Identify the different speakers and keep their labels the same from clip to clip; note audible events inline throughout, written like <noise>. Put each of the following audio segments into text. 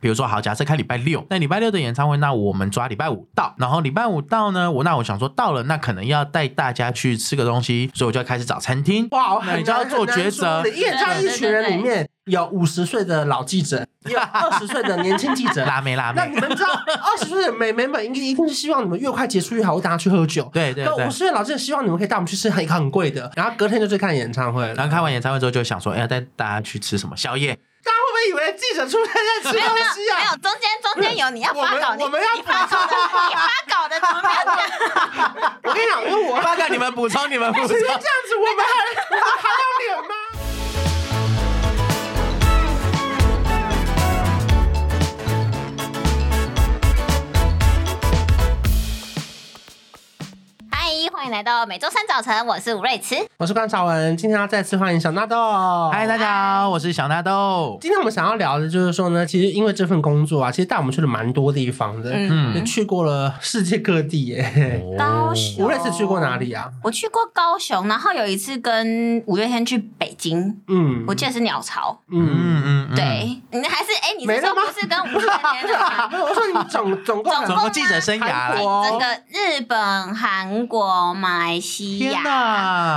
Speaker 1: 比如说，好，假设开礼拜六，那礼拜六的演唱会，那我们抓礼拜五到，然后礼拜五到呢，我那我想说到了，那可能要带大家去吃个东西，所以我就要开始找餐厅。哇，
Speaker 2: 那
Speaker 1: 那你就要做抉择。
Speaker 2: 演唱一群人里面有五十岁的老记者，也有二十岁的年轻记 <laughs> 者。
Speaker 1: 辣妹辣
Speaker 2: 那
Speaker 1: 妹
Speaker 2: 你，们知 <laughs> 道，二十岁的美眉们应该一定是希望你们越快结束越好，会带她去喝酒。
Speaker 1: 对对
Speaker 2: 可
Speaker 1: 对
Speaker 2: 五。十岁老记者希望你们可以带我们去吃很一个很贵的，然后隔天就去看演唱会了。
Speaker 1: 然后看完演唱会之后，就想说，哎、要带大家去吃什么宵
Speaker 2: <laughs>
Speaker 1: 夜？
Speaker 2: 大家会不会以为记者出差在吃
Speaker 3: 没有
Speaker 2: 东
Speaker 3: 没有
Speaker 2: 西
Speaker 3: 没有
Speaker 2: 啊？，
Speaker 3: 中间中间有你要发
Speaker 2: 我
Speaker 3: 稿，
Speaker 2: 们
Speaker 3: 你
Speaker 2: 我们要
Speaker 3: 你发稿的，你发稿的怎么没有讲？ <laughs>
Speaker 2: 我跟你讲，因为我
Speaker 1: 八哥，你们补充，你们补充
Speaker 2: 只是这。啊样子，我们还我们还要脸吗？
Speaker 3: 嗨，欢迎来到每周三早晨，我是吴瑞慈。
Speaker 2: <laughs> 我是关少文，今天要再次欢迎小纳豆。
Speaker 1: 嗨，大家好，我是小纳豆。
Speaker 2: 今天我们想要聊的就是说呢，其实因为这份工作啊，其实带我们去了蛮多地方的，
Speaker 3: 嗯
Speaker 2: 也去过了世界各地耶。
Speaker 3: 高雄，
Speaker 2: 哦吴瑞是去过哪？里啊？
Speaker 3: 我去过高雄，然后有一次跟五月天去北京，
Speaker 2: 嗯，
Speaker 3: 我记得是鸟巢。 <laughs>
Speaker 2: 嗯，
Speaker 1: 嗯嗯，
Speaker 3: 对，你还是哎，你
Speaker 2: 没
Speaker 3: 是
Speaker 2: 了
Speaker 3: 说
Speaker 2: 吗
Speaker 3: 不是跟五月天
Speaker 2: <laughs>
Speaker 3: 的吗？
Speaker 2: 我说你
Speaker 3: <laughs>
Speaker 2: 总总共啊
Speaker 3: 总
Speaker 1: 总共记者生涯
Speaker 2: 韩
Speaker 1: 了。
Speaker 2: 国
Speaker 3: 这个日本、韩国、马来西
Speaker 1: 天
Speaker 3: 亚，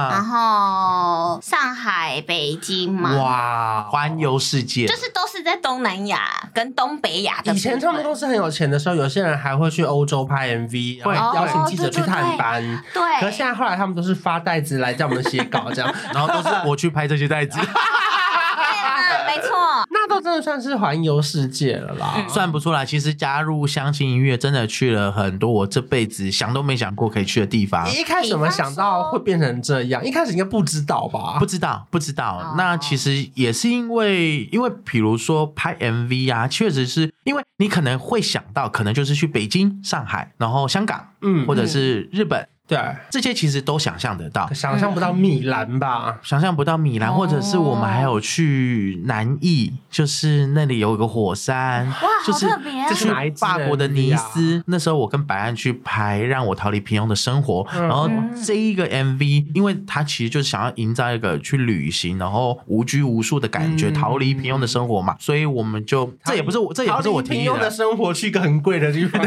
Speaker 3: 然
Speaker 1: 哪！
Speaker 3: 后上海、北京嘛，
Speaker 2: 哇，
Speaker 1: 环游世界
Speaker 3: 就，是都是在东南亚跟东北亚的部分。
Speaker 2: 以前他们公司很有钱的时候，有些人还会去欧洲拍 MV，
Speaker 1: 会
Speaker 2: 然后邀请记者去
Speaker 3: 哦对对对
Speaker 2: 探班。
Speaker 3: 对，
Speaker 2: 可是啊现在后来他们都是发袋子来叫我们写稿
Speaker 3: <laughs>
Speaker 2: 这样。
Speaker 1: 然后都是我去拍这些袋子，
Speaker 3: 对，没错，
Speaker 2: 那都真的算是环游世界了啦。
Speaker 1: 算不出来。其实加入相亲音乐，真的去了很多我这辈子想都没想过可以去的地
Speaker 3: 嗯
Speaker 1: 方。
Speaker 2: 你一开始有没有想到会变成这样？一开始应该不知道吧？
Speaker 1: 不知道，不知道。
Speaker 3: 哦
Speaker 1: 那其实也是因为，因为比如说拍 MV 啊，确实是因为你可能会想到，可能就是去北京、上海，然后香港，
Speaker 2: 嗯
Speaker 1: 或者是日本，
Speaker 2: 对，
Speaker 1: 这些其实都想象得到。
Speaker 2: 想象不到米兰吧？
Speaker 1: 想象不到米兰，
Speaker 3: 哦
Speaker 1: 或者是我们还有去南艺，就是那里有一个火山，
Speaker 3: 哇，
Speaker 1: 就
Speaker 3: 好
Speaker 1: 是
Speaker 3: 特别啊
Speaker 1: 就！
Speaker 2: 这
Speaker 1: 是
Speaker 2: 哪一支
Speaker 1: 法国的尼
Speaker 2: 的
Speaker 1: 斯。那时候我跟白安去拍《让我逃离平庸的生活》，
Speaker 2: 嗯
Speaker 1: 然后
Speaker 3: 嗯
Speaker 1: 这一个 MV，因为它其实就是想要营造一个去旅行，然后无拘无束的感觉，
Speaker 2: 嗯
Speaker 1: 逃离平庸的生活嘛，所以我们就这也不是我这也不是我提
Speaker 2: 平
Speaker 1: 议
Speaker 2: 庸的
Speaker 1: 的。
Speaker 2: 生活，去一个很贵的地 <laughs> 方。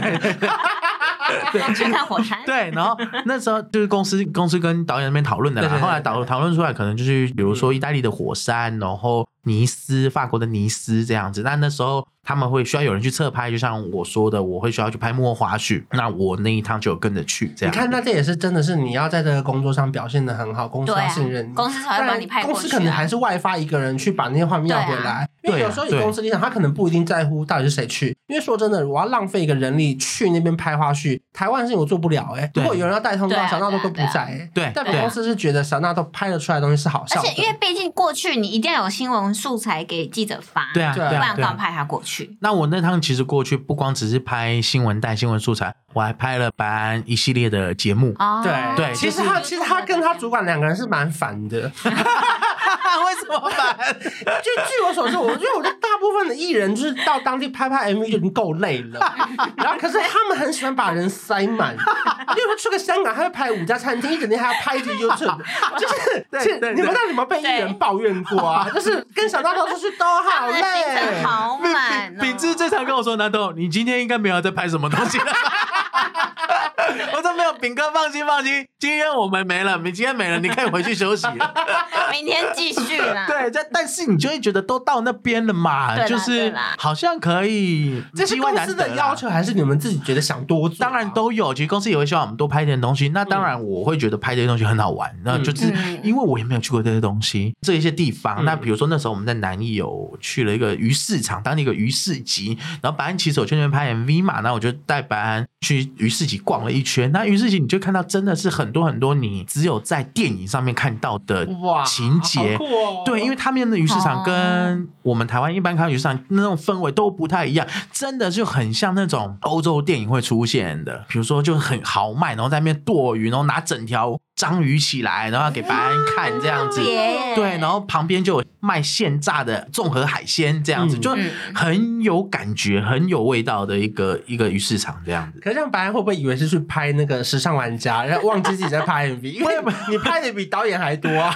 Speaker 3: 去看火山，
Speaker 1: 对，然
Speaker 2: <laughs>
Speaker 1: 后那时候就是公司公司跟导演那边讨论的
Speaker 2: 对
Speaker 1: 啦
Speaker 2: 对，对嗯
Speaker 1: 后来讨讨论出来可能就是比如说意大利的火山，然后尼斯、法国的尼斯这样子。那那时候他们会需要有人去侧拍，就像我说的，我会需要去拍幕后花絮，那我那一趟就有跟着去这样
Speaker 2: 你
Speaker 1: 子。
Speaker 2: 看，那这也是真的是你要在这个工作上表现的很好，公司
Speaker 3: 对
Speaker 2: 要
Speaker 3: 啊
Speaker 2: 信任你。
Speaker 3: 公司才会帮你派
Speaker 2: 公
Speaker 3: 过
Speaker 2: 司
Speaker 3: 去啊。
Speaker 2: 可能还是外发一个人去把那些画面要回
Speaker 3: 对
Speaker 2: 来
Speaker 3: 啊，
Speaker 2: 因为
Speaker 1: 对啊
Speaker 2: 有时候以
Speaker 1: 对
Speaker 2: 公司立场，他可能不一定在乎到底是谁去。因为说真的，我要浪费一个人力去那边拍花絮，台湾的事情我做不了哎、欸如
Speaker 1: 对
Speaker 2: 果有人要带通告
Speaker 3: 对，啊
Speaker 2: 小纳豆都不
Speaker 3: 对啊
Speaker 2: 在哎、欸
Speaker 1: 对
Speaker 2: 代表
Speaker 1: 对
Speaker 2: 公司是觉得小纳豆拍得出来的东西是好笑
Speaker 3: 而
Speaker 2: 的，
Speaker 3: 且因为毕竟过去你一定要有新闻素材给记者发，
Speaker 1: 对啊，
Speaker 2: 对
Speaker 1: 对
Speaker 2: 啊
Speaker 3: 不
Speaker 1: 啊，
Speaker 3: 然
Speaker 1: 对
Speaker 3: 刚
Speaker 1: 啊。
Speaker 3: 派他过去。
Speaker 1: 那我那趟其实过去不光只是拍新闻带新闻素材，我还拍了白安一系列的节
Speaker 2: <laughs>
Speaker 1: 目。
Speaker 3: 哦
Speaker 2: 对
Speaker 1: 对
Speaker 2: 其实
Speaker 1: 就是
Speaker 2: 他其实他跟他主管两个人是蛮烦的。
Speaker 1: 为什么烦？
Speaker 2: 就据我所知，我觉得我觉得大部分的艺人就是到当地拍拍 MV 就已经够累
Speaker 1: <laughs>
Speaker 2: 了，然后可是他们很喜欢把人塞满，例如说去个香港，他会拍五家餐厅，一整天还要拍一集
Speaker 1: <laughs>
Speaker 2: YouTube，就是
Speaker 1: 对
Speaker 2: 其
Speaker 1: 对
Speaker 2: 实你们到底有没有被艺人抱怨过啊？就是跟小大头出去都好
Speaker 3: 他们的行程
Speaker 2: 累。
Speaker 3: 好满、哦，
Speaker 1: 秉志最常跟我说：“南豆，你今天应该没有在拍什么东西 <laughs> 了。”我说：“没有，炳哥，放心放心，今天我们没了，你今天没了，你可以回去休息。”
Speaker 3: <laughs> 明天继
Speaker 2: <laughs>
Speaker 3: 续
Speaker 1: <laughs>
Speaker 3: 啦。
Speaker 1: 对，但但是你就会觉得都到那边了嘛，
Speaker 3: 对啦
Speaker 1: 就
Speaker 3: 对
Speaker 1: 是
Speaker 3: 啦
Speaker 1: 好像可以，
Speaker 2: 这是
Speaker 1: 机会
Speaker 2: 公
Speaker 1: 难
Speaker 2: 司
Speaker 1: 得
Speaker 2: 的
Speaker 1: 啦
Speaker 2: 要求，还是你们自己觉得想多做啊？嗯
Speaker 1: 当然都有，其实公司也会希望我们多拍一点东西。那当然，我会觉得拍这些东西很好玩，那就是
Speaker 3: 嗯
Speaker 1: 因为我也没有去过这些东西，这一些地
Speaker 2: 嗯
Speaker 1: 方。那比如说那时候我们在南艺有去了一个鱼市场，当地一个鱼市集，然后白安骑手去那边拍 MV 嘛，那我就带白安去鱼市集逛了一圈。那鱼市集你就看到真的是很多很多你只有在电影上面看到的
Speaker 2: 哇，
Speaker 1: 情节
Speaker 2: 好。酷哦
Speaker 1: 对，因为他们的鱼市
Speaker 3: 哦
Speaker 1: 场跟我们台湾一般看到鱼市场那种氛围都不太一样，真的就很像那种欧洲电影会出现的，比如说就很豪迈，然后在那边剁鱼，然后拿整条章鱼起来，然后给白安看这样子。
Speaker 2: 哦
Speaker 3: 别
Speaker 1: 对，然后旁边就有卖现炸的综合海鲜，这样子、
Speaker 2: 嗯
Speaker 1: 就
Speaker 3: 嗯
Speaker 1: 很有感觉、很有味道的一个一个鱼市场这样子。
Speaker 2: 可是让白安会不会以为是去拍那个
Speaker 1: <laughs>
Speaker 2: 时尚玩家，然后忘记自己在拍 MV？因为你你拍的比导演还多啊！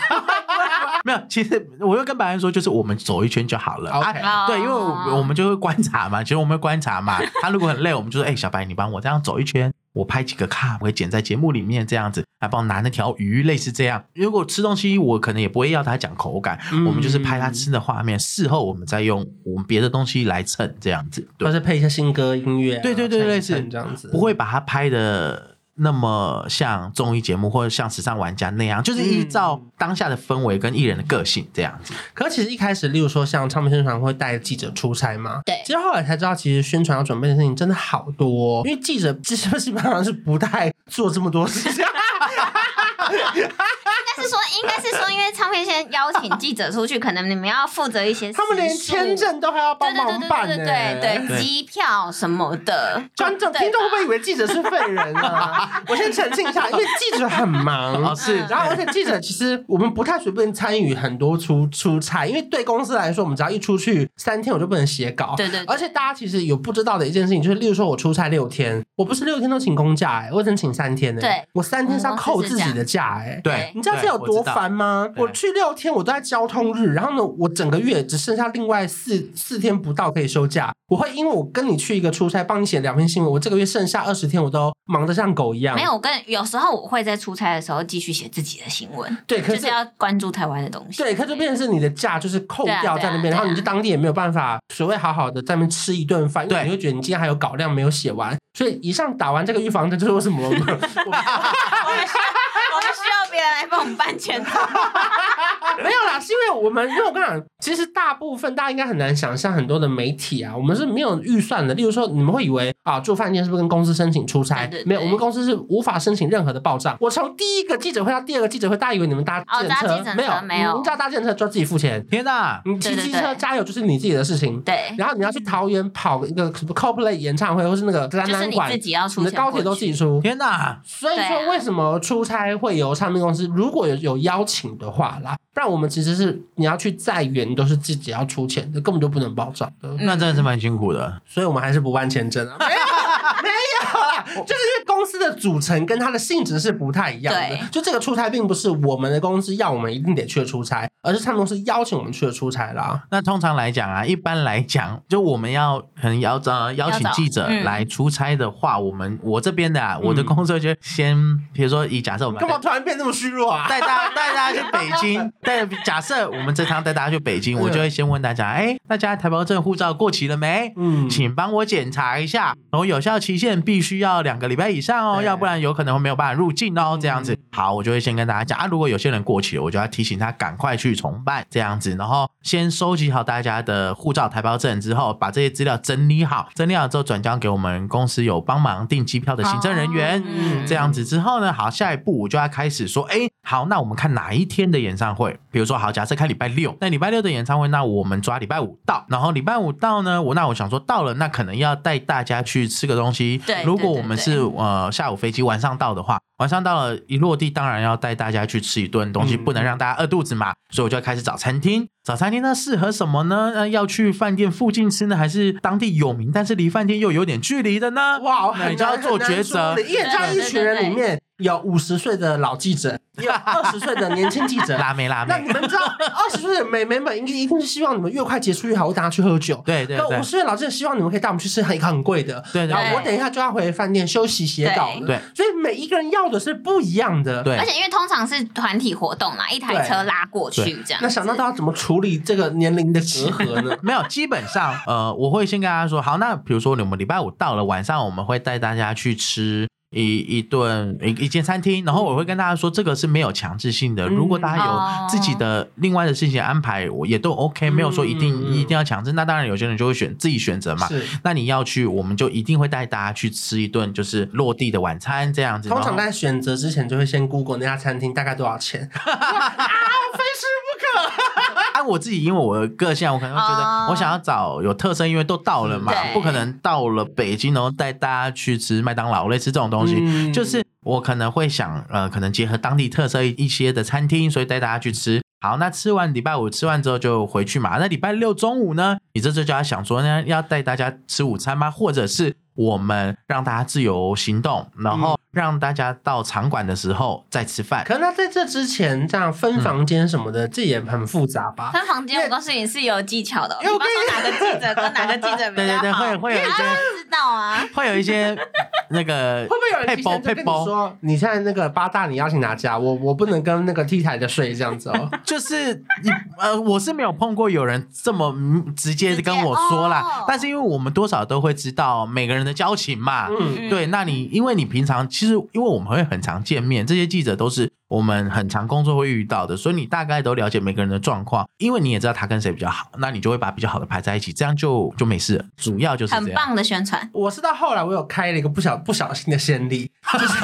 Speaker 1: 没有，其实我又跟白安说，就是我们走一圈就好了。
Speaker 2: OK
Speaker 1: 啊对，因为
Speaker 3: 哦
Speaker 1: 我我们就会观察嘛，其实我们会观察嘛。他如果很累，我们就说：“哎、小白，你帮我这样走一圈，我拍几个卡，我会剪在节目里面这样子，还帮我拿那条鱼，类似这样。如果吃东西，我可能也不会要他讲口感，<laughs>
Speaker 2: 嗯
Speaker 1: 我们就是拍他吃的画面，事后我们再用我们别的东西来蹭这样子。对
Speaker 2: 或，者配一下新歌音乐啊、
Speaker 1: 对对对
Speaker 2: 衬一
Speaker 1: 类似
Speaker 2: 衬这样子，
Speaker 1: 不会把它拍的那么像综艺节目或者像时尚玩家那样，就是依照当下的氛围跟艺人的个性这样子。
Speaker 2: 可其实一开始，例如说像唱片宣传会带记者出差嘛，
Speaker 3: 对
Speaker 2: 其实后来才知道，其实宣传要准备的事情真的好多、 <laughs> 因为记者基基本上是不太做这么多事 <laughs> 情。
Speaker 3: 但是说应该是说，因为唱片先邀请记者出去，可能你们要负责一些，
Speaker 2: 他们连签。证都还要帮
Speaker 3: 对对
Speaker 2: 忙
Speaker 3: 对
Speaker 2: 办
Speaker 3: 对
Speaker 2: 呢、
Speaker 3: 对对
Speaker 1: 对
Speaker 3: 对，机票什么的，
Speaker 2: 观众
Speaker 3: 对
Speaker 2: 听众会不
Speaker 3: 吧
Speaker 2: 会以为记者是废人 <laughs> 啊？我先澄清一下，因为记者很忙
Speaker 1: 哦，，是
Speaker 2: 然后而且记者其实我们不太随便参与很多出出差，因为对公司来说，我们只要一出去三天我就不能写稿。
Speaker 3: 对对对
Speaker 2: 而且大家其实有不知道的一件事情，就是例如说我出差六天，我不是六天都请公假、哎，我只能请三天呢、
Speaker 3: 对嗯
Speaker 2: 我三天是要扣自己的假、哎。
Speaker 1: 对，
Speaker 2: 你知道这有多烦吗？
Speaker 1: 对
Speaker 2: 我
Speaker 1: 我知道
Speaker 2: 去六天，我都在交通日，然后呢，我整个月只剩下另外四四天不到可以休假。我会因为我跟你去一个出差，帮你写两篇新闻，我这个月剩下二十天，我都忙得像狗一样。
Speaker 3: 没有，我跟有时候我会在出差的时候继续写自己的新闻，
Speaker 2: 对，可
Speaker 3: 就是是要关注台湾的东西。
Speaker 2: 对，它就变成是你的假就是扣掉在那边，
Speaker 3: 嗯对啊对啊
Speaker 2: 然后你就当地也没有办法所谓好好的在那边吃一顿饭，因为
Speaker 1: 对
Speaker 2: 你会觉得你今天还有稿量没有写完。所以以上打完这个预防针，就是为什么我们 <laughs>
Speaker 3: 我们需要我们需要别人来帮我们办签证。
Speaker 2: <laughs> 没有啦，是因为我们因为我跟你讲，其实大部分大家应该很难想象很多的媒体啊，我们是没有预算的。例如说，你们会以为啊，住饭店是不是跟公司申请出差？
Speaker 3: 对对对
Speaker 2: 没有，我们公司是无法申请任何的报账。我从第一个记者会到第二个记者会，大家以为你们搭
Speaker 3: 哦
Speaker 2: 计
Speaker 3: 搭
Speaker 2: 程
Speaker 3: 计程
Speaker 2: 没有
Speaker 3: 车没有
Speaker 2: 你知道搭计程车就要自己付钱，
Speaker 1: 天哪！
Speaker 2: 你骑
Speaker 3: 对对
Speaker 2: 机车
Speaker 3: 对
Speaker 2: 加油就是你自己的事情。
Speaker 3: 对，
Speaker 2: 然后你要去桃园跑一个什么 Coldplay 演唱会，或是那个展
Speaker 3: 嗯就是
Speaker 2: 览
Speaker 3: 你
Speaker 2: 馆，
Speaker 3: 自己要出
Speaker 2: 你
Speaker 3: 钱
Speaker 2: 的高铁都自己出。
Speaker 1: 天哪！
Speaker 2: 所以
Speaker 3: 对啊
Speaker 2: 说，为什么出差会由唱片公司？如果有有邀请的话啦，不然我们其实是你要去再远都是自己要出钱的，根本就不能保障的。
Speaker 1: 那真的
Speaker 3: 嗯
Speaker 1: 是蛮辛苦的，
Speaker 2: 所以我们还是不办签证啊，没 <laughs> 有啦没有啦，就是因为公司的组成跟它的性质是不太一样的
Speaker 3: 对。
Speaker 2: 就这个出差并不是我们的公司要我们一定得去的出差，而是唱片公司邀请我们去的出差啦。
Speaker 1: 那通常来讲啊，一般来讲，就我们要可能邀呃邀请
Speaker 3: 要找
Speaker 1: 记者
Speaker 3: 嗯
Speaker 1: 来出差的话，我们我这边的啊，我的
Speaker 2: 嗯
Speaker 1: 工作就先，比如说以假设我们
Speaker 2: 干嘛突然变那么虚弱啊？
Speaker 1: 带大家带大家去北
Speaker 3: <laughs>
Speaker 1: 京，带假设我们这趟带大家去北
Speaker 3: 嗯
Speaker 1: 京，我就会先问大家，哎、大家台胞证、护照过期了没？
Speaker 2: 嗯
Speaker 1: 请帮我检查一下，然后有效期限必须要两个礼拜以上哦，
Speaker 2: 对嗯
Speaker 1: 要不然有可能会没有办法入境哦。这样子，好，我就会先跟大家讲啊，如果有些人过期了，我就要提醒他赶快去重办，这样子，然后先收集好大家的护照、台胞证之后，把这些资料整理好，整理好之后转交给我们公司有帮忙订机票的行政人员，
Speaker 3: 哦嗯
Speaker 1: 这样子之后呢，好，下一步我就要开始说，哎、好，那我们看哪一天的演唱会？比如说，好，假设看礼拜六，那礼拜六的演唱会，那我们抓礼拜五到，然后礼拜五到呢，我那我想说到了，那可能要带大家去吃个东西。
Speaker 3: 对
Speaker 1: 如
Speaker 3: 对
Speaker 1: 果
Speaker 3: 对
Speaker 1: 我们
Speaker 3: 对
Speaker 1: 是呃下午飞机晚上到的话，晚上到了一落地，当然要带大家去吃一顿东西，
Speaker 2: 嗯
Speaker 1: 不能让大家饿肚子嘛，所以我就要开始找餐厅。找餐厅呢适合什么呢？呃，要去饭店附近吃呢，还是当地有名但是离饭店又有点距离的呢？
Speaker 2: 哇，
Speaker 1: 那
Speaker 2: 很
Speaker 1: 你就要
Speaker 2: 难
Speaker 1: 做
Speaker 2: 很难
Speaker 1: 抉
Speaker 2: 说
Speaker 1: 择
Speaker 2: 的。因为在一群人里面有五十岁的老记者，也有二十岁的年轻记者。
Speaker 1: <laughs> 辣妹辣
Speaker 2: 那你
Speaker 1: 妹，
Speaker 2: 们知道，二十岁的美眉们一定一定是希望你们越快结束越好，我等下去喝酒。
Speaker 1: 对对
Speaker 2: 那
Speaker 1: 对
Speaker 2: 五十岁的老记者希望你们可以带我们去吃很一个很贵的，
Speaker 1: 对对
Speaker 2: 然后我
Speaker 3: 对
Speaker 2: 等一下就要回饭店休息写稿了。
Speaker 1: 对对，
Speaker 2: 所以每一个人要的是不一样的。。
Speaker 1: 对
Speaker 3: 而。且因为通常是团体活动嘛，一台车拉过去这样。
Speaker 2: 那想到他要怎么处理这个年龄的隔阂
Speaker 1: <laughs>
Speaker 2: 呢？
Speaker 1: 没有，基本上，
Speaker 2: <laughs>
Speaker 1: 呃，我会先跟大家说，好，那比如说我们礼拜五到了晚上，我们会带大家去吃一一顿一一间餐厅，然后我会跟大家说，这个是没有强制性的，
Speaker 2: 嗯
Speaker 1: 如果大家有自己的另外的事情安排，我也都 OK，没有说一定、
Speaker 2: 嗯嗯嗯
Speaker 1: 一定要强制。那当然，有些人就会选自己选择嘛。
Speaker 2: 是，
Speaker 1: 那你要去，我们就一定会带大家去吃一顿就是落地的晚餐这样子。
Speaker 2: 通常
Speaker 1: 然后
Speaker 2: 在选择之前就会先 Google 那家餐厅大概多少钱。
Speaker 1: 按啊我自己，因为我的个性啊，我可能会觉
Speaker 3: 哦
Speaker 1: 得我想要找有特色，因为都到了嘛，
Speaker 3: 对
Speaker 1: 不可能到了北京然后带大家去吃麦当劳类似这种东西，
Speaker 2: 嗯
Speaker 1: 就是我可能会想呃，可能结合当地特色一些的餐厅，所以带大家去吃。好，那吃完礼拜五吃完之后就回去嘛。那礼拜六中午呢，你这就就要想说呢，要带大家吃午餐吗？或者是我们让大家自由行动，然后让大家到场馆的时候再吃饭。
Speaker 2: 可能他在这之前这样分房间什么的，这也很复杂吧？
Speaker 3: 分房间，我告诉你是有技巧的哦。
Speaker 2: 因
Speaker 3: 你
Speaker 2: 为
Speaker 3: 不要说哪个记者跟哪个记者比
Speaker 1: 对对对，
Speaker 3: 较
Speaker 1: 会
Speaker 3: 好，
Speaker 1: 会有一些
Speaker 3: 知道啊。
Speaker 1: 会有一些那个
Speaker 2: 会不会有人
Speaker 1: 配
Speaker 2: 提
Speaker 1: 包
Speaker 2: 前
Speaker 1: 配
Speaker 2: 就跟你
Speaker 1: 包，
Speaker 2: 说，你现在那个八大你邀请哪家？我我不能跟那个 T 台的睡这样子哦。
Speaker 1: 就是你呃，我是没有碰过有人这么嗯直接地跟我说啦。
Speaker 3: 直接哦
Speaker 1: 但是因为我们多少都会知道每个人的交情嘛，
Speaker 2: 嗯，
Speaker 3: 嗯
Speaker 1: 对，那你因为你平常其实因为我们会很常见面，这些记者都是我们很常工作会遇到的，所以你大概都了解每个人的状况，因为你也知道他跟谁比较好，那你就会把比较好的排在一起，这样就就没事了。主要就是这
Speaker 3: 嗯很
Speaker 1: 样。
Speaker 3: 棒的宣传，
Speaker 2: 我是到后来我有开了一个不小不小心的先例，就是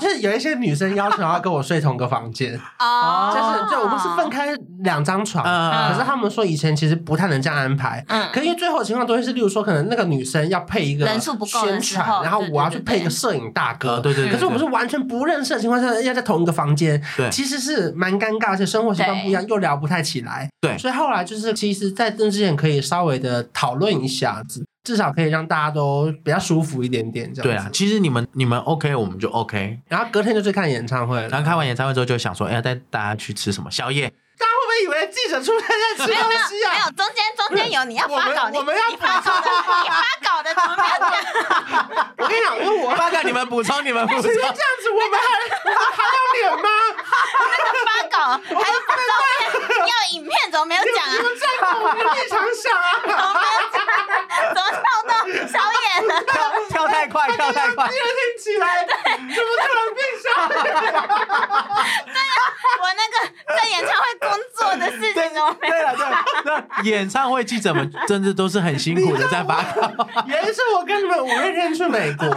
Speaker 2: 就是有一些女生要求要跟我睡同个房间，
Speaker 3: 哦，
Speaker 2: 就是就我们是分，开两张床，
Speaker 1: 嗯
Speaker 2: 可是他们说以前其实不太能这样安排。
Speaker 3: 嗯
Speaker 2: 可因为最后的情况都会是，例如说，可能那个女生要配一个
Speaker 3: 人数不够
Speaker 2: 宣
Speaker 3: 的时候
Speaker 2: 传，然后
Speaker 3: 对对
Speaker 2: 我要
Speaker 3: 对
Speaker 2: 去
Speaker 3: 对
Speaker 2: 配一个摄影大
Speaker 1: 呃，
Speaker 2: 哥，
Speaker 1: 对对对。
Speaker 2: <laughs> 可是我们是
Speaker 1: 对
Speaker 2: 完全不认识的情况下，要在同一个房间，
Speaker 1: 对
Speaker 2: 其实是蛮尴尬，而且生活习惯不一样，又聊不太起来。
Speaker 1: 对
Speaker 2: 所以后来就是，其实，在这之前可以稍微的讨论一下子，至少可以让大家都比较舒服一点点，这样子。
Speaker 1: 对啊，其实你们你们 OK，我们就 OK。
Speaker 2: 然后隔天就去看演唱会了。
Speaker 1: 然后开完演唱会之后，就想说，哎、呀，带大家去吃什么宵夜？
Speaker 2: 大家会不会以为记者出来在吃
Speaker 3: 没有
Speaker 2: 东
Speaker 3: 没有
Speaker 2: 西
Speaker 3: 没
Speaker 2: 啊？，
Speaker 3: 有中间中间有你要
Speaker 2: 我
Speaker 3: 发
Speaker 2: 们
Speaker 3: 稿，你
Speaker 2: 我们要
Speaker 3: 你发稿的，你发稿的怎么没有这样？
Speaker 2: 我跟你讲，因为我
Speaker 1: 报告你们补充，你们补充
Speaker 2: <laughs> 直接这样子，我们还我们还要脸吗？
Speaker 3: 发稿还有照片，要影片怎么没有讲啊
Speaker 2: 你？们站在我们的立场想啊！
Speaker 3: 怎么没有讲？怎么跳到小野了？
Speaker 1: 跳太快，跳太快
Speaker 2: 第二天起来，怎么突然变小？
Speaker 3: 我那个在演唱会工作的事情怎么没有？
Speaker 1: 对了，对了，那演唱会记者们真的都是很辛苦的在发稿。
Speaker 2: <laughs> 原来是我跟你们五月天去美
Speaker 1: <laughs>
Speaker 2: 国，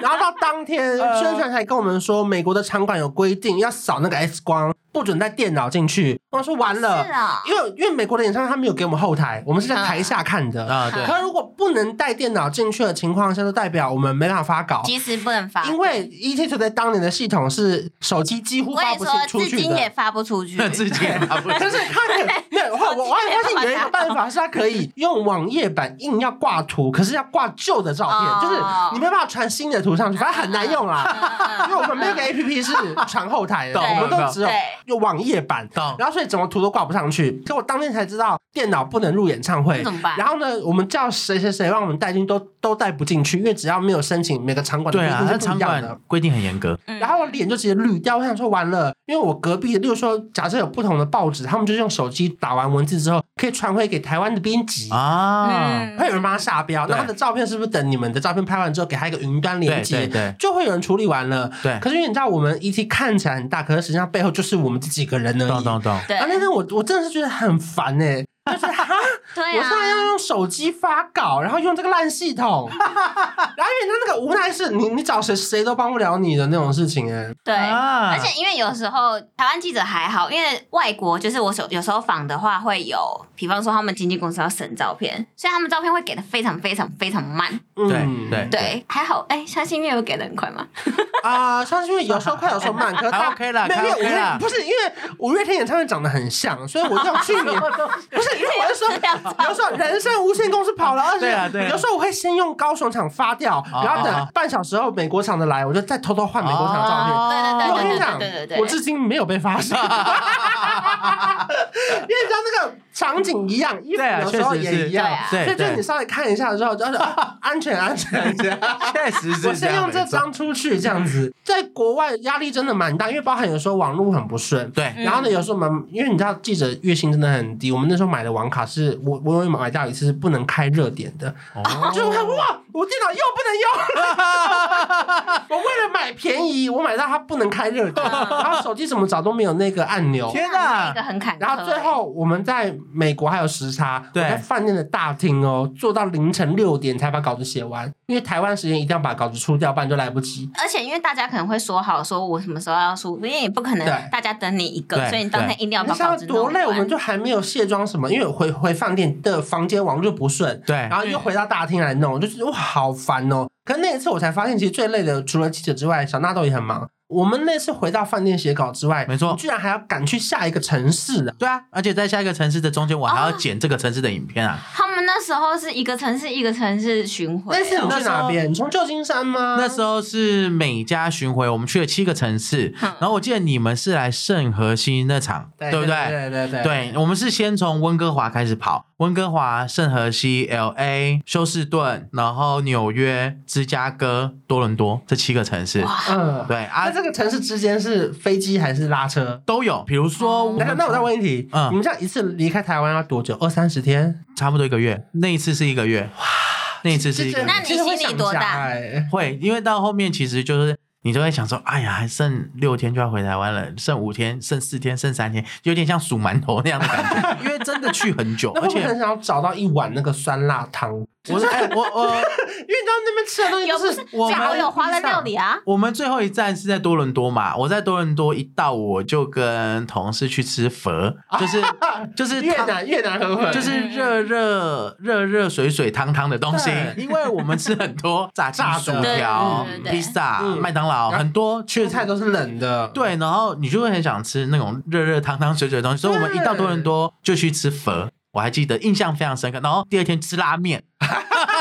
Speaker 2: 然后到当天
Speaker 1: 呃
Speaker 2: 宣传才跟我们说，美国的场馆有规定要扫那个 X 光，不准带电脑进去。我说完了，
Speaker 3: 是啊
Speaker 2: 因为因为美国的演唱会他们有给我们后台，我们是在台下看的。
Speaker 1: 啊，对，
Speaker 2: 可如果不能带电脑进去的情况下，就代表我们没办法发稿。
Speaker 3: 即时不能发，
Speaker 2: 因为 ET 在当年的系统是手机几乎
Speaker 3: 我
Speaker 2: 发
Speaker 3: 也
Speaker 2: 不
Speaker 3: 说
Speaker 2: 出
Speaker 3: 至
Speaker 2: 去
Speaker 3: 今也
Speaker 2: 的，
Speaker 3: 发不出去。
Speaker 1: 自己也发不出
Speaker 2: <laughs> 但是他可没有，我我我还发现有一个办法是他可以用网页版硬要挂图，可是要挂旧的照片，
Speaker 3: 哦
Speaker 2: 就是你没办法传新的图上去，反正很难用
Speaker 3: <laughs>
Speaker 2: 啦。因为我们没有个 A P P 是传后台的，
Speaker 1: 懂
Speaker 2: 我们都只有
Speaker 3: 对
Speaker 2: 用网页版
Speaker 1: 懂，
Speaker 2: 然后所以怎么图都挂不上去。可我当天才知道电脑不能入演唱会
Speaker 3: 那怎么办，
Speaker 2: 然后呢，我们叫谁谁谁让我们带进去都都带不进去，因为只要没有申请，每个场馆的
Speaker 1: 对
Speaker 2: 规
Speaker 1: 啊，
Speaker 2: 定
Speaker 1: 那
Speaker 2: 是不
Speaker 1: 场
Speaker 2: 一样的
Speaker 1: 馆。规定很严格，
Speaker 3: 嗯
Speaker 2: 然后我脸就直接绿掉，我想说完了，因为我隔壁，例如说，假设有不同的报纸，他们就是用手机打完文字之后，可以传回给台湾的编辑，
Speaker 1: 啊，
Speaker 3: 嗯
Speaker 2: 会有人帮他下标。那
Speaker 1: 对
Speaker 2: 他的照片是不是等你们的照片拍完之后，给他一个云端
Speaker 1: 对
Speaker 2: 连
Speaker 1: 对
Speaker 2: 接，
Speaker 1: 对
Speaker 2: 就会有人处理完了？
Speaker 1: 对，
Speaker 2: 可是因为你知道，我们 ET 看起来很大，可是实际上背后就是我们这几个人而
Speaker 1: 懂
Speaker 2: 已。
Speaker 1: 懂懂，
Speaker 3: 对
Speaker 2: 啊，那天我我真的是觉得很烦哎、就是哈，
Speaker 3: 对
Speaker 2: 我
Speaker 3: 啊
Speaker 2: 现，在要用手机发稿，然后用这个烂系
Speaker 1: <laughs>
Speaker 2: 统，然后因为他那个无奈是你你找谁谁都帮不了你的那种事情哎、
Speaker 3: 对。
Speaker 1: 啊
Speaker 3: 而且因为有时候台湾记者还好，因为外国就是我有有时候访的话会有，比方说他们经纪公司要审照片，所以他们照片会给的非常非常非常慢。
Speaker 1: 对
Speaker 2: 嗯，
Speaker 1: 对
Speaker 3: 对，还好，哎、相信月有给的很快吗？
Speaker 2: 啊，像是因为有时候快，有时候慢，可是
Speaker 1: 还
Speaker 2: 大
Speaker 1: OK 啦
Speaker 2: 没有没
Speaker 1: 还 OK
Speaker 2: 有五月
Speaker 1: 啦
Speaker 2: 不是因为五月天演唱会长得很像，所以我用去年不是因为
Speaker 1: <laughs>
Speaker 2: 我是说
Speaker 3: 资料照，
Speaker 2: 有时候人生无限公司跑了二十
Speaker 1: 对啊对啊
Speaker 2: 有时候我会先用高雄场发掉，然后
Speaker 1: 哦
Speaker 2: 等半小时后美国场的来，我就再偷偷换美国场的照
Speaker 1: 哦
Speaker 2: 片。因为我跟你讲
Speaker 3: 哦对对对对，对
Speaker 2: 我至今没有被发现，因为你知道那个场景一样，衣服
Speaker 1: 对啊
Speaker 2: 有时候
Speaker 1: 确实
Speaker 2: 也
Speaker 1: 是
Speaker 2: 一样，
Speaker 1: 对
Speaker 2: 所
Speaker 3: 啊
Speaker 2: 以就
Speaker 1: 对
Speaker 2: 你稍微看一下之后，就是啊安全安全安全。
Speaker 1: 确实
Speaker 2: 我
Speaker 1: 是这
Speaker 2: 先
Speaker 1: 样，
Speaker 2: 用这
Speaker 1: 没错
Speaker 2: 张出去，这样
Speaker 1: 嗯
Speaker 2: 子，在国外压力真的蛮大，因为包含有时候网络很不顺。
Speaker 1: 对，
Speaker 2: 然后呢，有时候我们因为你知道记者月薪真的很低，我们那时候买的网卡是我我有买到一次是不能开热点的，
Speaker 1: 哦
Speaker 2: 就是我看哇，我电脑又不能用了， <laughs> 我为了买便宜，我买到它不能开热点，
Speaker 1: 嗯
Speaker 2: 然后手机怎么找都没有那个按钮。
Speaker 1: 天
Speaker 3: 那是
Speaker 1: 哪
Speaker 3: 一个，很坎坷。
Speaker 2: 然后最后我们在美国还有时差，我
Speaker 1: 对
Speaker 2: 在饭店的大厅哦，坐到凌晨六点才把稿子写完，因为台湾时间一定要把稿子出掉，不然就来不及。
Speaker 3: 而且因为大家可能会说好，说我什么时候要出，因为也不可
Speaker 2: 对
Speaker 3: 能大家等你一
Speaker 1: 对
Speaker 3: 个，所以你当天一定要
Speaker 2: 你
Speaker 3: 把
Speaker 2: 知道
Speaker 3: 稿子弄
Speaker 2: 多
Speaker 3: 完
Speaker 2: 累，我们就还没有卸妆什么，因为我回回饭店的房间网络就不顺，
Speaker 1: 对
Speaker 2: 然后又回到大厅来弄，我就觉得哇好烦哦。可是那一次我才发现，其实最累的除了记者之外，小纳豆也很忙。我们那次回到饭店写稿之外，
Speaker 1: 没错
Speaker 2: 你居然还要赶去下一个城市啊！
Speaker 1: 对啊，而且在下一个城市的中间，我还要剪这个城市的影片啊，
Speaker 3: 他们那那时候是一个城市一个城市巡回，
Speaker 2: 那次你
Speaker 1: 那
Speaker 2: 去
Speaker 1: 时候
Speaker 2: 哪边？你从旧金山吗？
Speaker 1: 那时候是美加巡回，我们去了七个城市，
Speaker 3: 嗯
Speaker 1: 然后我记得你们是来圣河西那场，
Speaker 2: 对
Speaker 1: 不
Speaker 2: 对对对对
Speaker 1: 对，我们是先从温哥华开始跑，温哥华、圣荷西、L A、休斯顿，然后纽约、芝加哥、多伦多这七个城市。
Speaker 2: 嗯，
Speaker 1: 对啊
Speaker 2: 那，这个城市之间是飞机还是拉车？
Speaker 1: 都有。比如说，
Speaker 3: 嗯
Speaker 1: 我
Speaker 2: 那
Speaker 1: 们
Speaker 2: 那我再问一题，
Speaker 1: 嗯
Speaker 2: 你们这样一次离开台湾要多久？二三十天？
Speaker 1: 差不多一个月，那一次是一个月，哇，那一次是一个
Speaker 2: 这
Speaker 1: 月
Speaker 3: 那你
Speaker 2: 其实会
Speaker 3: 心里
Speaker 2: 想
Speaker 3: 多
Speaker 2: 家
Speaker 3: 大
Speaker 2: 欸
Speaker 1: 会，因为到后面其实就是。你就会想说，哎呀，还剩六天就要回台湾了，剩五天，剩四天，剩三天，有点像数馒头那样的感觉，因为真的去很久，
Speaker 2: <laughs> 那
Speaker 1: 而
Speaker 2: 会不会
Speaker 1: 且
Speaker 2: 很想要找到一碗那个酸辣汤？
Speaker 1: 我是、哎我我
Speaker 2: 因为你知道那边吃的东西
Speaker 3: 有
Speaker 2: 都
Speaker 3: 不
Speaker 2: 是
Speaker 3: 是
Speaker 1: 我们
Speaker 3: 最好有华人料理啊，
Speaker 1: 我们最后一站是在多伦多嘛，我在多伦多一到，我就跟同事去吃佛，
Speaker 2: <laughs>
Speaker 1: 就是就是
Speaker 2: 越
Speaker 1: 汤，
Speaker 2: 南越南河粉，
Speaker 1: 就是热热热热水水汤汤的东西，
Speaker 2: 对
Speaker 1: 因为我们吃很多炸鸡
Speaker 2: 炸的
Speaker 1: 薯条
Speaker 3: 对对、对
Speaker 1: 披萨、
Speaker 2: 嗯
Speaker 1: 麦当劳，
Speaker 2: 然后
Speaker 1: 很多确
Speaker 2: 粤
Speaker 1: 实
Speaker 2: 菜都是冷的。
Speaker 1: 对，然后你就会很想吃那种热热汤汤水水的东西，所以我们一到多伦多就去吃佛，我还记得印象非常深刻。然后第二天吃拉面， <laughs>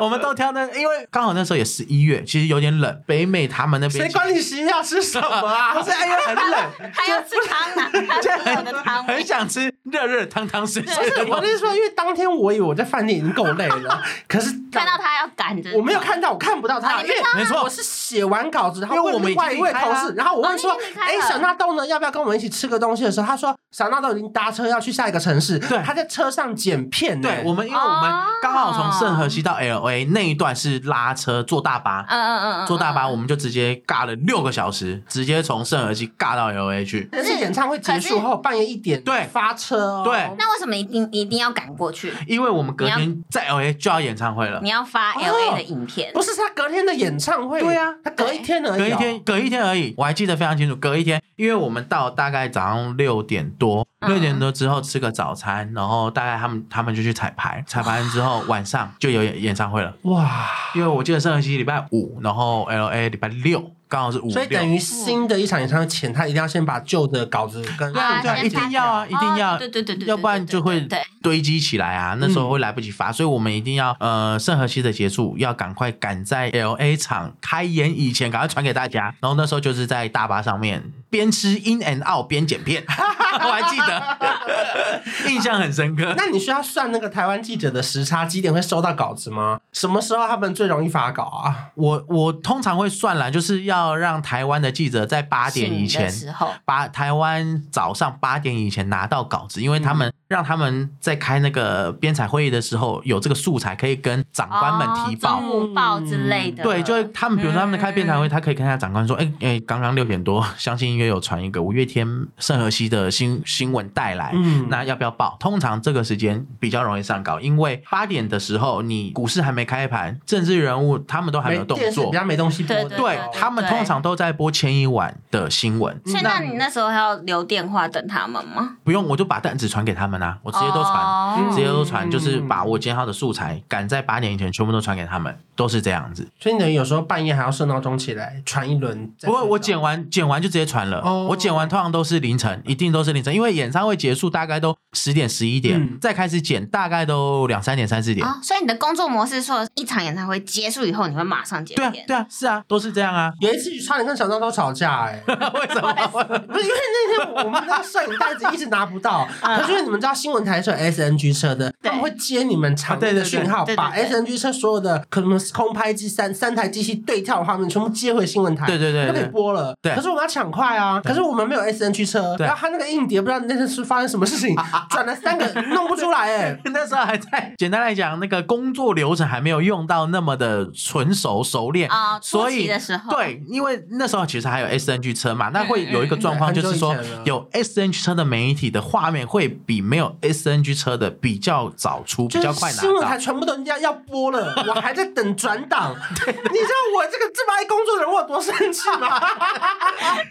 Speaker 1: 我们都挑那，因为刚好那时候也十一月，其实有点冷，北美他们那边
Speaker 2: 谁管你行要吃什么啊？不是，哎呀，很冷。
Speaker 3: 还要吃汤呢，还要吃我的
Speaker 1: <laughs>
Speaker 3: 汤，
Speaker 1: 很想吃热热汤汤水水的
Speaker 2: 是， <laughs> 我
Speaker 1: 东
Speaker 2: 的
Speaker 1: 西。
Speaker 2: 意思说，因为当天我以为我在饭店已经够累了，可是
Speaker 3: 看到他要赶着，
Speaker 2: 我没有看到，我看不到他，
Speaker 3: 啊
Speaker 2: 因
Speaker 3: 你
Speaker 2: 为
Speaker 3: 没看
Speaker 1: 到没错
Speaker 2: 我是写完稿子，然后
Speaker 1: 因为我
Speaker 2: 问
Speaker 1: 们已经
Speaker 2: 另外一位
Speaker 1: 离开
Speaker 2: 同
Speaker 1: 了啊
Speaker 2: 事，然后我问说
Speaker 3: 哦你已经离，开
Speaker 2: 哎，
Speaker 3: 了
Speaker 2: 小纳豆呢，要不要跟我们一起吃个东西的时候，他说小纳豆已经搭车要去下一个城市，
Speaker 1: 对
Speaker 2: 他在车上剪片呢，
Speaker 1: 对我们，因为我们
Speaker 3: 哦
Speaker 1: 刚好从圣荷西到 L A 那一段是拉车坐大巴，
Speaker 3: 嗯嗯嗯嗯，
Speaker 1: 坐大巴我们就直接尬了六个小时，直接从圣荷西尬到 L A 去。
Speaker 2: 但是演唱会结束后半夜一点
Speaker 1: 对
Speaker 2: 发车哦，
Speaker 1: 对
Speaker 3: 那为什么一定一定要赶过去？
Speaker 1: 因为我们隔
Speaker 3: 你要
Speaker 1: 天在 L A 就要演唱会了
Speaker 3: 你，要发
Speaker 1: 哦
Speaker 3: L A 的影片，
Speaker 2: 不是他隔天的演唱会，
Speaker 1: 对啊
Speaker 2: 他隔一天而已，哦
Speaker 1: 隔一天，，隔一天而已，我还记得非常清楚。隔一天，因为我们到大概早上六点多，
Speaker 3: 嗯
Speaker 1: 六点多之后吃个早餐，然后大概他们他们就去彩排，彩排完之后晚上就有演演唱会了。
Speaker 2: 哇，
Speaker 1: 因为我记得上个星期礼拜五，然后 L A 礼拜六刚好是五
Speaker 2: 所以等
Speaker 1: 六。
Speaker 2: 于新的一场演唱会前，他一定要先把旧的稿子跟
Speaker 1: 对啊，
Speaker 3: 啊
Speaker 1: 对啊，
Speaker 3: 先
Speaker 1: 一定
Speaker 3: 发
Speaker 1: 要啊，
Speaker 3: 哦
Speaker 1: 一定要，
Speaker 3: 对对对对，
Speaker 1: 要不然
Speaker 3: 对对
Speaker 1: 就会
Speaker 3: 对，嗯
Speaker 1: 堆积起来啊，那时候会来不及发，所以我们一定要呃，圣河西的结束要赶快赶在 L A 场开演以前，赶快传给大
Speaker 3: <laughs>
Speaker 1: 家。然后那时候就是在大巴上面边吃 In and Out 边剪片， <laughs> 我还记得， <laughs> 印象很深刻。
Speaker 2: <laughs> 那你需要算那个台湾记者的时差，几点会收到稿子吗？什么时候他们最容易发稿啊？
Speaker 1: 我我通常会算啦，就是要让台湾的记者在八点以
Speaker 3: 醒的
Speaker 1: 前。
Speaker 3: 时候，
Speaker 1: 八台湾早上八点以前拿到稿子，因为他们、让他们在开那个编采会议的时候有这个素材可以跟长官们提报嗯
Speaker 3: 哦。中午报之类的，
Speaker 1: 对，就是他们，比如说他们开辩才会，
Speaker 3: 嗯
Speaker 1: 他可以跟他长官说，哎、哎、刚刚六点多，相信音乐有传一个五月天圣荷西的新新闻带来。
Speaker 2: 嗯，
Speaker 1: 那要不要报？通常这个时间比较容易上稿，因为八点的时候，你股市还没开盘，政治人物他们都还没有动
Speaker 2: 电视
Speaker 1: 作
Speaker 2: 比，较没东西播的，
Speaker 3: 对
Speaker 1: 对
Speaker 3: 对
Speaker 1: 他们通常都在播前一晚的新闻。
Speaker 3: 所以那你那时候还要留电话等他们吗？
Speaker 1: 不用，我就把单子传给他们啊，我直接都传。
Speaker 3: 哦
Speaker 1: 直接都传，就是
Speaker 2: 嗯
Speaker 1: 把我今天要的素材赶在八点以前全部都传给他们，都是这样子。
Speaker 2: 所以你等于有时候半夜还要设闹钟起来传一轮。
Speaker 1: 不过我剪
Speaker 2: 讲，
Speaker 1: 完剪完就直接传了，
Speaker 2: 哦
Speaker 1: 我剪完通常都是凌晨，一定都是凌晨，因为演唱会结束大概都十点十一点，
Speaker 2: 嗯
Speaker 1: 再开始剪大概都两三点三四点。
Speaker 3: 哦，所以你的工作模式说，一场演唱会结束以后，你会马上剪
Speaker 1: 对啊
Speaker 3: 片，
Speaker 1: 对啊，是啊，都是这样啊。 <laughs>
Speaker 2: 有一次差点跟小张都吵架哎、
Speaker 1: 为什么？ <laughs>
Speaker 2: 不是因为那天我们那个摄影袋子一直拿不到，可是因为你们知道新闻台是有 SNG 车的，
Speaker 3: 对
Speaker 2: 他们会接你们场地
Speaker 1: 啊对对
Speaker 2: 的
Speaker 1: 对
Speaker 2: 讯号，
Speaker 3: 对对
Speaker 2: 把
Speaker 3: 对
Speaker 2: SNG 车所有的可能空拍机三三台机器对跳的画面全部接回新闻台，
Speaker 1: 对对对
Speaker 2: 就可以
Speaker 1: 对，
Speaker 2: 播了。
Speaker 1: 对
Speaker 2: 可是我们要抢快啊！
Speaker 1: 对
Speaker 2: 可是我们没有 SNG 车，
Speaker 1: 对啊
Speaker 2: 然后他那个硬碟不知道那天是发生什么事情，转了三个弄不出来哎。
Speaker 1: 那时候还在简单来讲，那个工作流程还没有用到那么的纯熟熟练。
Speaker 3: 啊，
Speaker 1: 所
Speaker 3: 初
Speaker 1: 以
Speaker 3: 期的时候，，
Speaker 1: 对，因为那时候其实还有 S N G 车嘛，那会有一个状况
Speaker 2: 嗯嗯嗯
Speaker 1: 就是说
Speaker 2: 很久以前了，
Speaker 1: 有 S N G 车的媒体的画面会比没有 S N G 车的比较早出，比
Speaker 2: 就
Speaker 1: 较
Speaker 2: 是
Speaker 1: 快拿
Speaker 2: 新闻台
Speaker 1: 到。
Speaker 2: 全部都要要播了，我还在等
Speaker 1: <laughs>
Speaker 2: 转档。你知道我这个这么爱工作的人，我有多生气吗？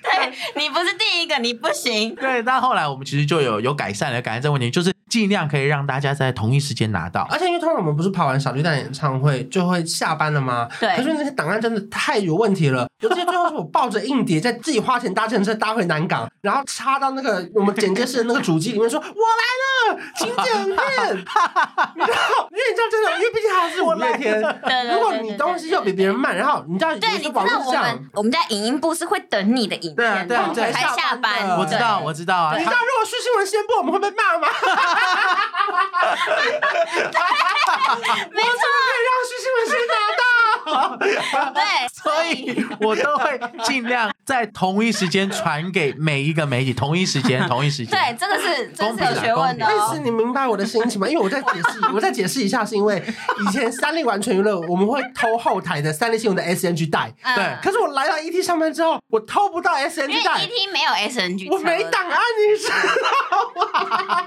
Speaker 3: 对，你不是第一个，你不行。
Speaker 1: 对，但后来我们其实就有有改善了，改善这个问题，就是尽量可以让大家在同一时间拿到。哎
Speaker 2: 而且因为通常我们不是跑完小巨蛋演唱会就会下班了吗？
Speaker 3: 对
Speaker 2: 可是那些档案真的太有问题了， <laughs> 有些最后是我抱着硬碟在自己花钱搭乘车搭回南港，然后插到那个我们剪接室的那个主机里面说：“我来了，请剪
Speaker 3: <laughs>
Speaker 2: 片。”你知道，因为你知道真的，因为毕竟它是五月天。
Speaker 3: 对对对
Speaker 2: 如果你东西又比别人慢，然后你知道，
Speaker 3: 对，你知
Speaker 2: 网
Speaker 3: 道
Speaker 2: 络
Speaker 3: 我
Speaker 2: 上，
Speaker 3: 们我们家影音部是会等你的影
Speaker 1: 对啊
Speaker 3: 片，
Speaker 1: 对啊
Speaker 3: 我们
Speaker 1: 对啊
Speaker 3: 才下
Speaker 2: 下班
Speaker 3: 班。
Speaker 2: 的
Speaker 1: 我知道，
Speaker 3: 对
Speaker 1: 我知道啊
Speaker 2: 你，知道如果是新闻先播，我们会被骂
Speaker 3: <laughs>
Speaker 2: 吗？
Speaker 3: 没错，
Speaker 2: 让是新闻先拿到。
Speaker 3: 对，
Speaker 1: 所以我都会尽量在同一时间传给每一个媒体，同一时间，同一时间。
Speaker 3: 对，这个是这
Speaker 1: 公
Speaker 3: 个
Speaker 1: 平
Speaker 3: 是
Speaker 1: 啊
Speaker 3: 有学问的
Speaker 1: 公平
Speaker 2: 但
Speaker 3: 哦
Speaker 2: 是。你明白我的心情吗？因为我在解释，我再解释一下，是因为以前三立完全娱乐我们会偷后台的三立新闻的 S N G 带，
Speaker 3: 嗯
Speaker 1: 对
Speaker 2: 可是我来到 E T 上班之后，我偷不到 S N
Speaker 1: 啊
Speaker 3: 因为
Speaker 2: G 带
Speaker 3: E。T 没有 S N G，
Speaker 2: 我没档案，你知道吗？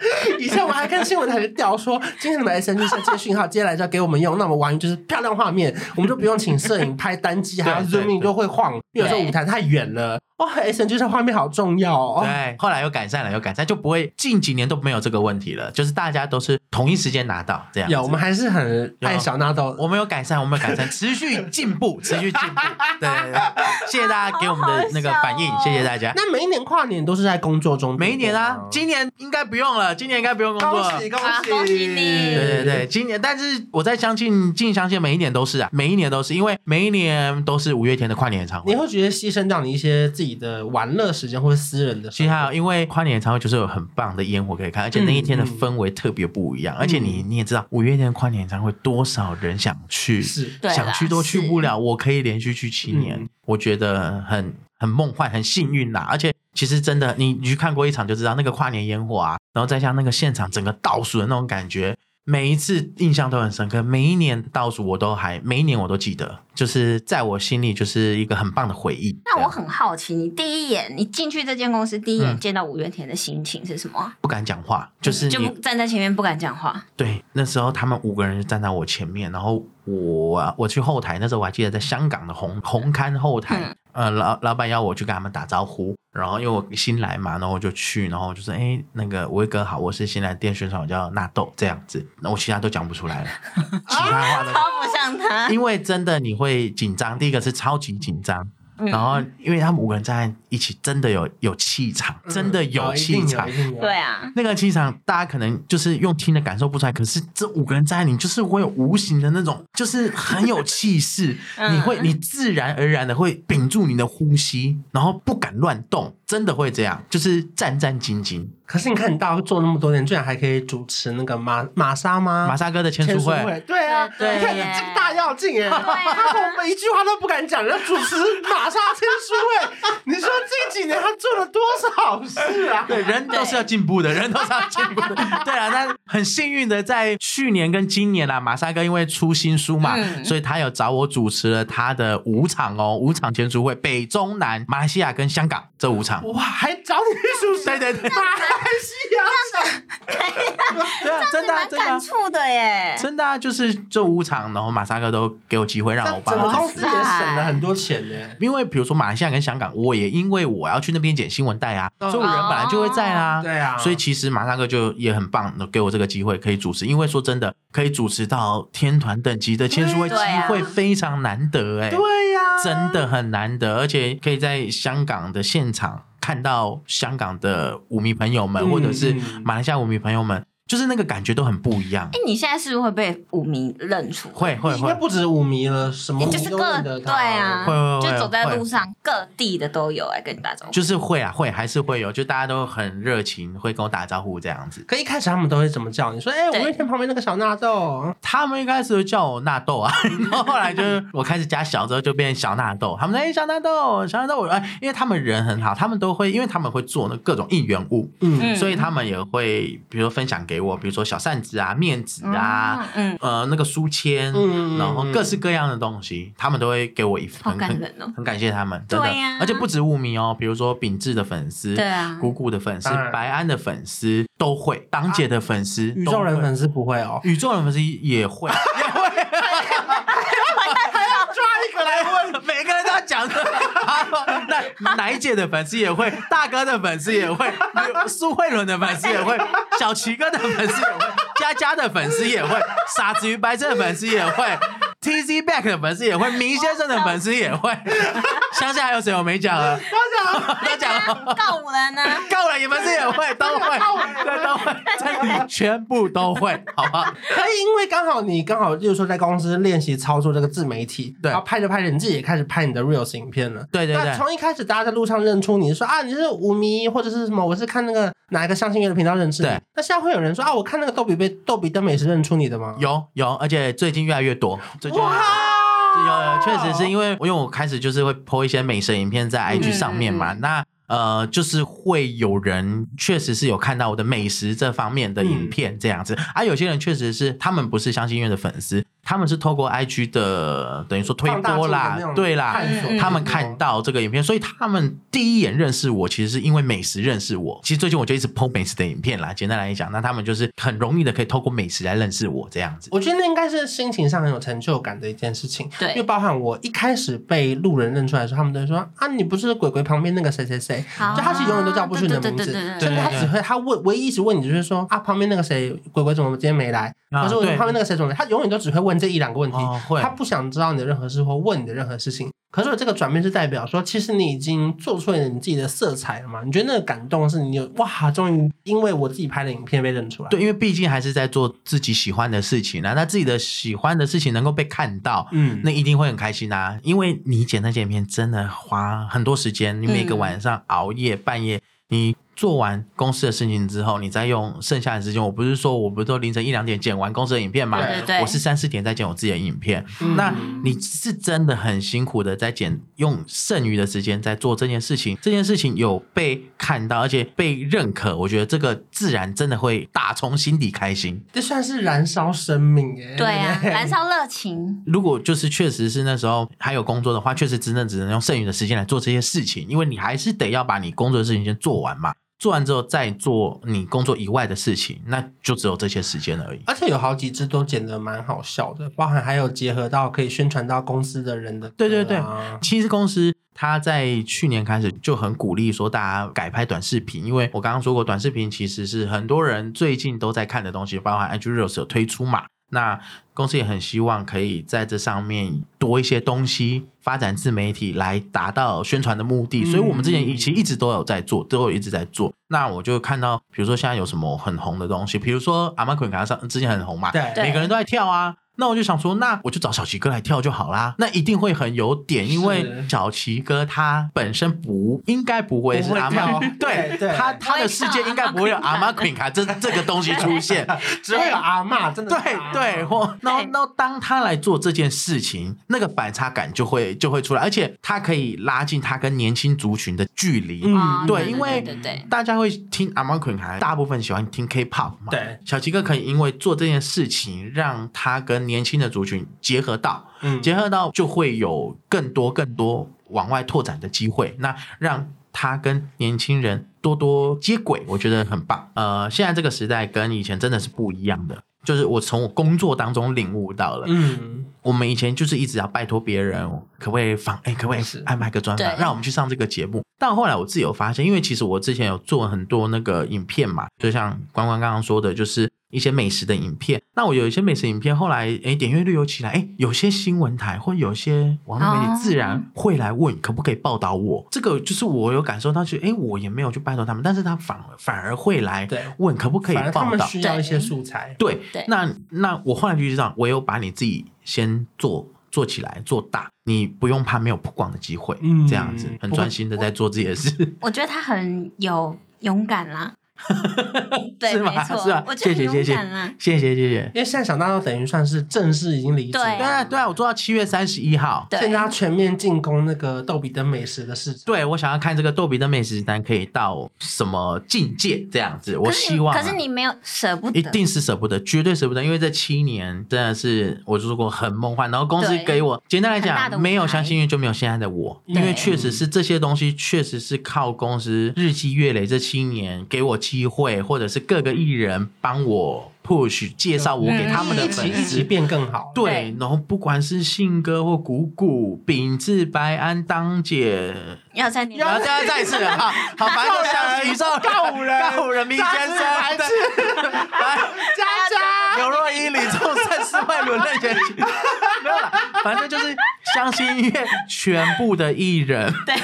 Speaker 2: <laughs> 以前我还跟新闻台去调说，今天你们 S N G 上接讯号接来之后给我们用，那我们玩就是漂亮画面，我们就不用请摄影拍单机，还要
Speaker 1: 对对
Speaker 2: zoom
Speaker 1: 对
Speaker 2: in 就会晃，因为有时候舞台太远了。哇，S N G 上画面好重要哦。
Speaker 1: 对，后来有改善了，有改善，就不会近几年都没有这个问题了，就是大家都是同一时间拿到这样子。
Speaker 2: 有，我们还是很
Speaker 1: 啊
Speaker 2: 爱小纳豆。
Speaker 1: 我们有改善，我们有改善，持续进
Speaker 2: <laughs>
Speaker 1: 步，持续进步。对对对，谢谢大家给我们的那个反应，
Speaker 3: 好好笑哦
Speaker 1: 谢谢大家。
Speaker 2: <laughs> 那每一年跨年都是在工作中度过吗，
Speaker 1: 每一年啊，今年应该不用了，今年应该不用工作
Speaker 2: 恭
Speaker 1: 了
Speaker 2: 喜。恭
Speaker 3: 啊
Speaker 2: 喜
Speaker 3: 恭喜你
Speaker 1: 对对对，今年，但是我在相信，尽相信每一年都是啊，每一年都是，因为每一年都是五月天的跨年演唱
Speaker 2: 你
Speaker 1: 会。
Speaker 2: 会觉得牺牲掉你一些自己的玩乐时间或者私人的时
Speaker 1: 其实
Speaker 2: 间，
Speaker 1: 还有，因为跨年演唱会就是有很棒的烟火可以看，而且那一天的氛围特别不
Speaker 2: 嗯
Speaker 1: 一样。而且你你也知道，五月天的跨年演唱会多少人想去，
Speaker 2: 是
Speaker 3: 对啦
Speaker 1: 想去都去不
Speaker 3: 是
Speaker 1: 了。我可以连续去七年，
Speaker 2: 嗯
Speaker 1: 我觉得很很梦幻，很幸运啦。而且其实真的，你你去看过一场就知道，那个跨年烟火啊，然后再像那个现场整个倒数的那种感觉，每一次印象都很深刻。每一年倒数我都还，每一年我都记得，就是在我心里就是一个很棒的回忆。
Speaker 3: 啊那
Speaker 1: 对
Speaker 3: 我很好奇，你第一眼你进去这间公司第一眼
Speaker 1: 嗯
Speaker 3: 见到五月天的心情是什么啊？
Speaker 1: 不敢讲话，就是
Speaker 3: 嗯就
Speaker 1: 你
Speaker 3: 不站在前面不敢讲话，
Speaker 1: 对，那时候他们五个人就站在我前面，然后我啊我去后台，那时候我还记得在香港的红红磡后台，
Speaker 3: 嗯
Speaker 1: 呃，老老板要我去跟他们打招呼，然后因为我新来嘛，然后我就去，然后我就说，哎，那个威哥好，我是新来的电选手，我叫纳豆这样子，那我其他都讲不出来了，其他话都。
Speaker 3: 超不像他。
Speaker 1: 因为真的你会紧张，第一个是超级紧张，
Speaker 3: 嗯
Speaker 1: 然后因为他们五个人站在一起，真的有有气场，
Speaker 2: 嗯
Speaker 1: 真的
Speaker 2: 哦啊
Speaker 1: 有气场，<laughs>
Speaker 3: 对啊，
Speaker 1: 那个气场，大家可能就是用听的感受不出来，可是这五个人在你，就是会有无形的那种，就是很有气 <laughs> 势，
Speaker 3: 嗯
Speaker 1: 你会你自然而然的会屏住你的呼吸，然后不敢乱动，真的会这样，就是战战兢兢。
Speaker 2: 可是你看，你到做那么多年，居然还可以主持那个玛玛莎吗？
Speaker 1: 马莎哥的嗯签书会，，
Speaker 2: 对啊，
Speaker 3: 对
Speaker 2: 你看
Speaker 3: 对
Speaker 2: 这个大要劲哎，
Speaker 3: 啊
Speaker 2: 他从每一句话都不敢讲，然后主持玛莎签书会，
Speaker 3: <laughs>
Speaker 2: 你说这几年他做了多少事
Speaker 1: <laughs>
Speaker 2: 啊？
Speaker 1: 对，人都是要进步 <laughs> 的，人都是要进步的。对啊，那很幸运的，在去年跟今年啦，马莎哥因为出新书嘛，
Speaker 3: 嗯
Speaker 1: 所以他有找我主持了他的五场哦，五场签书会，北中南、马来西亚跟香港这五场。
Speaker 2: 哇，还找你去主持？
Speaker 1: 对对对，
Speaker 2: 马来西亚。
Speaker 1: 对啊，真的啊、
Speaker 3: 蛮
Speaker 1: 真的啊、
Speaker 3: 感触的耶。
Speaker 1: 真的啊、就是这五场，然后马萨克都给我机会让我帮
Speaker 2: 整个
Speaker 1: 他
Speaker 2: 公
Speaker 1: 们。
Speaker 2: 司也省了很多钱呢。
Speaker 1: 因为比如说马来西亚跟香港，我也因为我要去那边剪新闻带啊，
Speaker 2: 嗯
Speaker 1: 所以我人本来就会在啊，
Speaker 2: 对啊
Speaker 1: 所以其实马萨克就也很棒，给我这个机会可以主持。因为说真的，可以主持到天团等级的签书会，机
Speaker 3: 对啊
Speaker 1: 会非常难得哎、
Speaker 2: 对啊呀、
Speaker 1: 真的很难得，而且可以在香港的现场看到香港的舞迷朋友们，
Speaker 2: 嗯
Speaker 1: 或者是
Speaker 2: 嗯
Speaker 1: 马来西亚舞迷朋友们，就是那个感觉都很不一样。
Speaker 3: 哎，你现在是不是会被舞迷认出？
Speaker 1: 会会
Speaker 2: 应该
Speaker 1: 会
Speaker 2: 不止舞迷了，什么
Speaker 3: 你
Speaker 2: 迷
Speaker 3: 就是
Speaker 2: 都
Speaker 3: 各
Speaker 2: 认得
Speaker 3: 对
Speaker 2: 他。
Speaker 3: 啊
Speaker 1: 会会，会
Speaker 3: 就走在路
Speaker 1: 会
Speaker 3: 上，各地的都有来哎跟你打招呼。
Speaker 1: 就是会啊，会还是会有，就大家都很热情，会跟我打招呼这样子。
Speaker 2: 可一开始他们都会怎么叫你？说：“哎、
Speaker 3: 对
Speaker 2: 五月天旁边那个小纳豆。嗯
Speaker 1: 他们一开始就叫我纳豆啊， <laughs> 然后后来就是我开始加小之后就变小纳豆，他们说哎、小纳豆小纳豆，我哎因为他们人很好，他们都会因为他们会做那各种应援物，”
Speaker 2: 嗯，
Speaker 3: 嗯
Speaker 1: 所以他们也会比如说分享给我，比如说小扇子啊、面纸啊，
Speaker 3: 嗯，
Speaker 1: 呃那个书签，
Speaker 2: 嗯
Speaker 1: 然后各式各样的东西，他们都会给我一份，
Speaker 3: 好感
Speaker 1: 很
Speaker 3: 人哦。
Speaker 1: 很感谢他们，真的，
Speaker 3: 对呀
Speaker 1: 而且不止物迷哦，比如说秉志的粉丝，
Speaker 3: 对啊
Speaker 1: 姑姑的粉丝
Speaker 2: 当然，
Speaker 1: 白安的粉丝都会，当姐的粉丝，
Speaker 2: 宇宙人粉丝不会哦
Speaker 1: 都，会，宇宙人粉丝也会，也会，
Speaker 2: 抓一个来问。
Speaker 1: <laughs> 每个人都要讲的。好那奶姐的粉丝也会，大哥的粉丝也会，苏慧伦的粉丝也会，小齐哥的粉丝也会，佳佳的粉丝也会，傻子与白痴的粉丝也会。T Z Back 的粉丝也会，明先生的粉丝也会，乡下还有谁我没讲了？他讲了，
Speaker 3: 告五人呢？
Speaker 1: 够了，你们这也会，都会，对，都会，这全部都会，好吧？
Speaker 2: 可以，因为刚好你刚好，就是说在公司练习操作这个自媒体，
Speaker 1: 对
Speaker 2: 然后拍着拍着，你自己也开始拍你的 reels 影片了。
Speaker 1: 对对
Speaker 2: 那
Speaker 1: 对，
Speaker 2: 从一开始大家在路上认出你说啊，你是舞迷或者是什么，我是看那个哪一个相信乐的频道认识你
Speaker 1: 对。
Speaker 2: 那现在会有人说啊，我看那个豆比被豆比登美食认出你的吗？
Speaker 1: 有有，而且最近越来越多，最近越来越多。有有，
Speaker 2: 哇
Speaker 1: 确实是因为因为我开始就是会 po 一些美食影片
Speaker 2: 嗯
Speaker 1: 在 IG 上面嘛，那。呃，就是会有人确实是有看到我的美食这方面的
Speaker 2: 嗯
Speaker 1: 影片这样子，啊，有些人确实是他们不是相信音乐的粉丝，他们是透过 IG 的等于说推
Speaker 2: 放大
Speaker 1: 播
Speaker 2: 镜的
Speaker 1: 啦
Speaker 2: 那，种
Speaker 1: 对啦，
Speaker 2: 探索
Speaker 3: 嗯
Speaker 1: 他们看到这个影片，所以他们第一眼认识我，其实是因为美食认识我。其实最近我就一直 PO 美食的影片啦，简单来讲，那他们就是很容易的可以透过美食来认识我这样子。
Speaker 2: 我觉得那应该是心情上很有成就感的一件事情。
Speaker 3: 对
Speaker 2: 因为包含我一开始被路人认出来的时候，他们都会说啊，你不是鬼鬼旁边那个谁谁谁，
Speaker 3: 好啊
Speaker 2: 就他是永远都叫不出你的
Speaker 3: 对
Speaker 2: 名字
Speaker 3: 对对对，对
Speaker 2: 甚至他只会他问唯一一直问你就是说啊，旁边那个谁鬼鬼怎么今天没来，
Speaker 1: 啊
Speaker 2: 或者我
Speaker 1: 对
Speaker 2: 旁边那个谁怎么来，他永远都只会问这一两个问题
Speaker 1: 哦会，
Speaker 2: 他不想知道你的任何事或问你的任何事情。可是我这个转变是代表说，其实你已经做出了你自己的色彩了嘛？你觉得那个感动是你有哇，终于因为我自己拍的影片被认出来。
Speaker 1: 对，因为毕竟还是在做自己喜欢的事情啊，那自己的喜欢的事情能够被看到，
Speaker 2: 嗯
Speaker 1: 那一定会很开心啊。因为你剪那些影片真的花很多时间，你每个晚
Speaker 3: 嗯
Speaker 1: 上熬夜、半夜，你做完公司的事情之后，你再用剩下的时间，我不是说我不是都凌晨一两点剪完公司的影片嘛，
Speaker 3: 对对对
Speaker 1: 我是三四点再剪我自己的影片，
Speaker 2: 嗯
Speaker 1: 那你是真的很辛苦的在剪，用剩余的时间在做这件事情，这件事情有被看到，而且被认可，我觉得这个自然真的会打从心底开心。
Speaker 2: 这算是燃烧生命耶！
Speaker 3: 对啊，燃烧热情，
Speaker 1: 如果就是确实是那时候还有工作的话，确实真的只能用剩余的时间来做这些事情，因为你还是得要把你工作的事情先做完嘛，做完之后再做你工作以外的事情，那就只有这些时间而已。
Speaker 2: <laughs> 而且有好几支都剪得蛮好笑的，包含还有结合到可以宣传到公司的人的、啊
Speaker 1: 对对对其实公司它在去年开始就很鼓励说大家改拍短视频，因为我刚刚说过，短视频其实是很多人最近都在看的东西，包含 IG Reels 有推出嘛。那公司也很希望可以在这上面多一些东西，发展自媒体来达到宣传的目的。
Speaker 2: 嗯
Speaker 1: 所以我们之前其实一直都有在做，都有一直在做。那我就看到，比如说现在有什么很红的东西，比如说阿玛昆卡上之前很红嘛，
Speaker 2: 对
Speaker 3: 对
Speaker 1: 每个人都在跳啊。那我就想说，那我就找小齐哥来跳就好啦。那一定会很有点，因为
Speaker 2: 是
Speaker 1: 小齐哥他本身不应该不会是
Speaker 2: 不会
Speaker 1: 阿妈
Speaker 2: <laughs> 跳，
Speaker 1: 对
Speaker 2: 对对
Speaker 1: 他他的世界应该不会有阿妈 queen 卡这这个东西出
Speaker 2: <laughs>
Speaker 1: 现。
Speaker 2: 只会有阿嬷，真的
Speaker 1: 对
Speaker 2: 是阿嬷
Speaker 1: 对，或那
Speaker 3: 对
Speaker 1: 那当他来做这件事情，那个反差感就会就会出来，而且他可以拉近他跟年轻族群的距离。
Speaker 2: 嗯
Speaker 3: 啊
Speaker 1: 对
Speaker 3: 对，
Speaker 1: 因为
Speaker 3: 对对对
Speaker 1: 大家会听阿玛昆卡，大部分喜欢听 K-pop 嘛。
Speaker 2: 对，
Speaker 1: 小齐哥可以因为做这件事情，让他跟年轻的族群结合到，
Speaker 2: 嗯
Speaker 1: 结合到就会有更多更多往外拓展的机会。那让他跟年轻人多多接轨，我觉得很棒。呃，现在这个时代跟以前真的是不一样的，就是我从我工作当中领悟到了，
Speaker 2: 嗯，
Speaker 1: 我们以前就是一直要拜托别人，可不可以访，哎、可不可以
Speaker 2: 是
Speaker 1: 安排个专访，
Speaker 3: 对
Speaker 1: 让我们去上这个节目。但后来我自己有发现，因为其实我之前有做很多那个影片嘛，就像关关刚刚说的，就是一些美食的影片。那我有一些美食影片，后来哎、点阅率又起来，哎、有些新闻台或有些网络媒
Speaker 3: 哦
Speaker 1: 体自然会来问可不可以报道我。这个就是我有感受到，就哎、我也没有去拜托他们，但是他反反而会来
Speaker 2: 嗯对
Speaker 1: 问可不可以
Speaker 2: 反而他
Speaker 1: 报
Speaker 2: 们
Speaker 1: 道。
Speaker 2: 需要一些素材，
Speaker 1: 对，
Speaker 3: 对
Speaker 1: 那那我后来就知道，唯有把你自己先做做起来，做大，你不用怕没有曝光的机会，
Speaker 2: 嗯
Speaker 1: 这样子很专心的在做自己的事，
Speaker 3: 我觉得他很有勇
Speaker 1: <laughs>
Speaker 3: 敢啦。 <laughs> 对，
Speaker 1: 是
Speaker 3: 没
Speaker 1: 吗？
Speaker 3: 错，
Speaker 1: 是吧
Speaker 3: 我？觉
Speaker 1: 谢
Speaker 3: 得很
Speaker 1: 谢谢
Speaker 3: 勇
Speaker 1: 谢
Speaker 3: 敢啊啦。
Speaker 1: 谢谢谢谢。
Speaker 2: 因为现在想到等于算是正式已经离职，
Speaker 3: 对
Speaker 1: 对啊对啊，我做到七月三十一号。
Speaker 3: 对，
Speaker 2: 现在要全面进攻那个豆比登美食的市场，
Speaker 1: 对，我想要看这个豆比的美食单可以到什么境界，这样子，我
Speaker 3: 可是你
Speaker 1: 希望啊、
Speaker 3: 可是你没有舍不得，
Speaker 1: 一定是舍不得，绝对舍不得，因为这七年真的是我就说过很梦幻。然后公司
Speaker 3: 对
Speaker 1: 给我，简单来
Speaker 3: 很大
Speaker 1: 讲，
Speaker 3: 的舞台
Speaker 1: 没有相信音乐就没有现在的我，
Speaker 2: 对
Speaker 1: 因为确实是这些东西确实是靠公司日积月累这七年给我机会，或者是各个艺人帮我 push 介绍我给他们的
Speaker 2: 一起
Speaker 1: 粉
Speaker 2: 一起
Speaker 1: 丝。
Speaker 2: 变更好。
Speaker 1: 对，然后不管是信哥或谷谷、秉志、白安、当姐，
Speaker 3: 要在你
Speaker 1: 然后再再一次了哈，好，反正就像宇宙
Speaker 2: 告五人
Speaker 1: 告五人民先生，
Speaker 2: 白痴
Speaker 1: 对来
Speaker 2: 渣渣，
Speaker 1: 刘若英、李宗盛、斯外伦任选举，没有啦，反正就是相信音乐全部的艺人，对，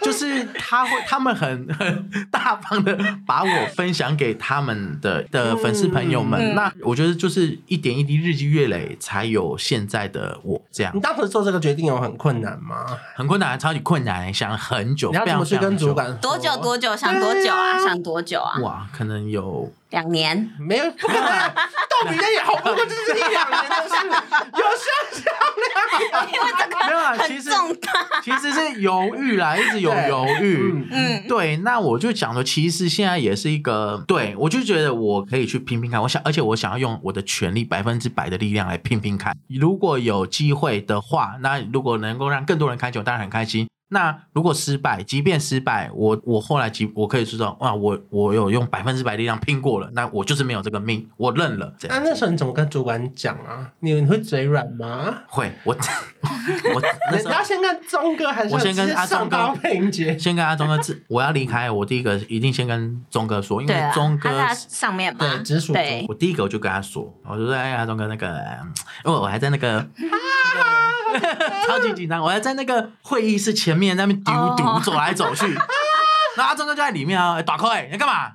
Speaker 1: 就是他会，他们很很大方的把我分享给他们的的粉丝朋友们。
Speaker 4: 嗯
Speaker 1: 那我觉得就是一点一滴日积月累，才有现在的我这样
Speaker 2: 你，当时做这个决定有很困难吗？
Speaker 1: 很困难，超级困难，想了很久，
Speaker 2: 你要
Speaker 1: 非
Speaker 2: 怎
Speaker 1: 常
Speaker 2: 么
Speaker 1: 非
Speaker 2: 去
Speaker 1: 常
Speaker 2: 跟
Speaker 1: 久
Speaker 2: 主。管？
Speaker 3: 多久？？多久？想多久啊？想多久啊？
Speaker 1: 哇，可能
Speaker 3: <laughs>
Speaker 1: 有
Speaker 3: 两年。
Speaker 2: 没有，不可能啊。到底人也好不过就是一两年的事，有想想
Speaker 3: 因为这
Speaker 1: 没有啊？
Speaker 3: 个
Speaker 1: 其
Speaker 3: 很
Speaker 1: 实
Speaker 3: 重大，
Speaker 1: <laughs> 其实是犹豫啦，一直有
Speaker 2: 对
Speaker 1: 犹豫。
Speaker 2: 嗯
Speaker 3: 嗯，
Speaker 1: 对，那我就讲的，其实现在也是一个，对我就觉得我可以去拼拼看，我想，而且我想要用我的全力百分之百的力量来拼拼看。如果有机会的话，那如果能够让更多人开心，我当然很开心。那如果失败，即便失败，我我后来即我可以知道，哇，我 <laughs> 我有用百分之百力量拼过了，那我就是没有这个命，我认了。这
Speaker 2: 那
Speaker 1: 样
Speaker 2: 那时候你怎么跟主管讲啊？你你会嘴软吗？
Speaker 1: 会，我 <laughs> 我那
Speaker 2: 你
Speaker 1: 时
Speaker 2: 你
Speaker 1: 候
Speaker 2: 要先跟钟哥还是
Speaker 1: 我先跟阿
Speaker 2: 上
Speaker 1: 忠哥
Speaker 2: 高配音节？
Speaker 1: 先跟阿忠哥自，我要离开，我第一个一定先跟钟哥说，因
Speaker 3: 对
Speaker 1: 为
Speaker 3: 啊，
Speaker 1: 钟哥
Speaker 3: 他在上面嘛，
Speaker 2: 对直属
Speaker 3: 对，
Speaker 1: 我第一个我就跟他说，我就说哎，阿忠哥那个，嗯因为我还在那
Speaker 3: <laughs>
Speaker 1: 个。超级紧张，我还在那个会议室前面那边丢丢、
Speaker 3: 哦
Speaker 1: 走来走去， <laughs> 然后阿忠哥就在里面啊，哎打开、欸，你要干嘛？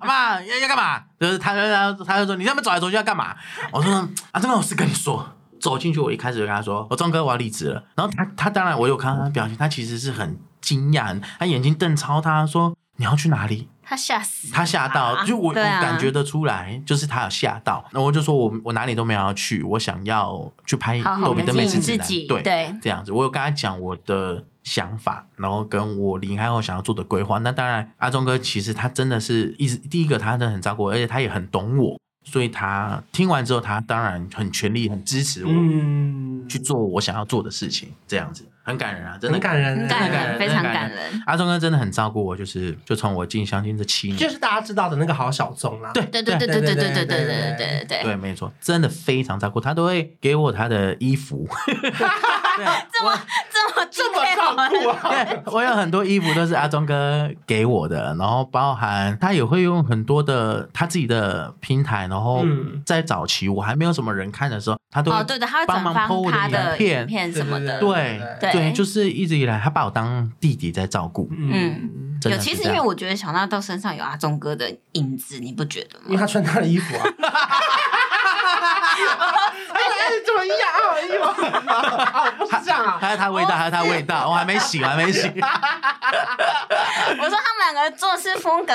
Speaker 1: 阿妈要要干嘛？就是他他他就说你在那边走来走去要干嘛？我说阿忠哥，我是跟你说，走进去我一开始就跟他说，我忠哥我要离职了。然后他他当然我有看到他的表情，他其实是很惊讶，他眼睛瞪超他说你要去哪里？
Speaker 3: 他吓死，
Speaker 1: 他吓到，就我、
Speaker 3: 对啊
Speaker 1: 我感觉得出来，就是他有吓到。那我就说我我哪里都没有要去，我想要去拍
Speaker 3: 好好
Speaker 1: 豆比的
Speaker 3: 的
Speaker 1: 美
Speaker 3: 经
Speaker 1: 食指
Speaker 3: 营自
Speaker 1: 南，
Speaker 3: 己，
Speaker 1: 对，
Speaker 3: 对，
Speaker 1: 这样子。我有跟他讲我的想法，然后跟我离开后想要做的规划。那当然，阿忠哥其实他真的是一直第一个，他真的很照顾我，而且他也很懂我，所以他听完之后，他当然很全力、很支持我、
Speaker 2: 嗯，
Speaker 1: 去做我想要做的事情，这样子很感人啊，真的
Speaker 2: 很嗯感。人，
Speaker 3: 很
Speaker 1: 真的
Speaker 3: 感
Speaker 1: 感人
Speaker 3: 人，非常
Speaker 1: 真的感
Speaker 3: 感人。
Speaker 1: 阿忠哥真的很照顾我，就是就从我进相亲这七年，
Speaker 2: 就是大家知道的那个郝小钟啦。
Speaker 1: 对
Speaker 3: 对对对对对对对对对对对
Speaker 1: 对，没错，真的非常照顾，他都会给我他的衣服。 <laughs>
Speaker 3: 这么这么
Speaker 2: 这么照顾啊！
Speaker 1: 对，我有很多衣服都是阿忠哥给我的，然后包含他也会用很多的他自己的平台，然后
Speaker 2: 嗯
Speaker 1: 在早期我还没有什么人看的时候，他都会
Speaker 3: 哦，对的，他会
Speaker 1: 帮
Speaker 3: 转
Speaker 1: 忙
Speaker 3: 发
Speaker 1: po 我
Speaker 3: 他
Speaker 1: 的
Speaker 3: 的
Speaker 1: 影片。
Speaker 3: 影片什么的，
Speaker 2: 对
Speaker 1: 对
Speaker 3: 对
Speaker 1: 就是一直以来他把我当弟弟在照顾。
Speaker 2: 嗯，
Speaker 3: 嗯。
Speaker 1: 真
Speaker 3: 有，
Speaker 1: 的是
Speaker 3: 其实
Speaker 1: 这
Speaker 3: 因为
Speaker 1: 样
Speaker 3: 我觉得小纳豆身上有阿忠哥的影子，你不觉得
Speaker 2: 因为
Speaker 3: 吗？
Speaker 2: 他穿 <laughs> 他的衣服啊。哎，怎么一样啊？哎呦，哦，不是这样啊。
Speaker 1: 还有他的味道，还有他的味道，我还没洗，我还没洗。 <laughs>
Speaker 3: 我说他们两个的做事风格，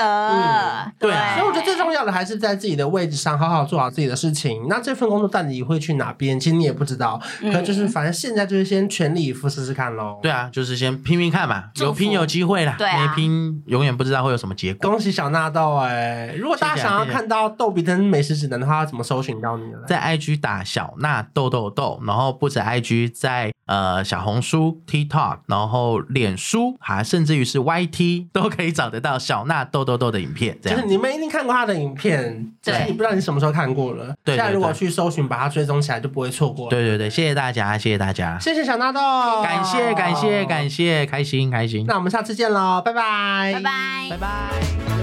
Speaker 1: 对
Speaker 3: 对
Speaker 1: 啊
Speaker 2: 所以我觉得最重要的还是在自己的位置上好好做好自己的事情。那这份工作到底会去哪边，其实你也不知道。
Speaker 3: 嗯
Speaker 2: 可就是反正现在就是先全力以赴试试看喽。
Speaker 1: 对，啊，就是先拼拼看嘛，
Speaker 3: 祝福
Speaker 1: 有拼有机会啦，
Speaker 3: 对啊
Speaker 1: 没拼永远不知道会有什么结果。
Speaker 2: 恭喜小纳豆哎、如果大家想要看到豆比登美食指南的话，要怎么搜寻到你呢？
Speaker 1: 在 IG 打小娜豆豆豆，然后不止 IG，在呃小红书、TikTok，然后脸书，还甚至于是 YT 都可以找得到小娜豆豆豆的影片。这
Speaker 2: 就是
Speaker 1: 样，
Speaker 2: 你们一定看过他的影片，只是
Speaker 3: 对
Speaker 2: 你不知道你什么时候看过了。
Speaker 1: 对对对
Speaker 2: 现在如果去搜寻把它追踪起来，就不会错过了。
Speaker 1: 对对对，谢谢大家，谢谢大家，
Speaker 2: 谢谢小纳豆，
Speaker 1: 感谢感谢感
Speaker 2: 谢。
Speaker 1: 谢，开心开心，
Speaker 2: 那我们下次见喽，拜拜，
Speaker 3: 拜拜
Speaker 1: 拜。拜。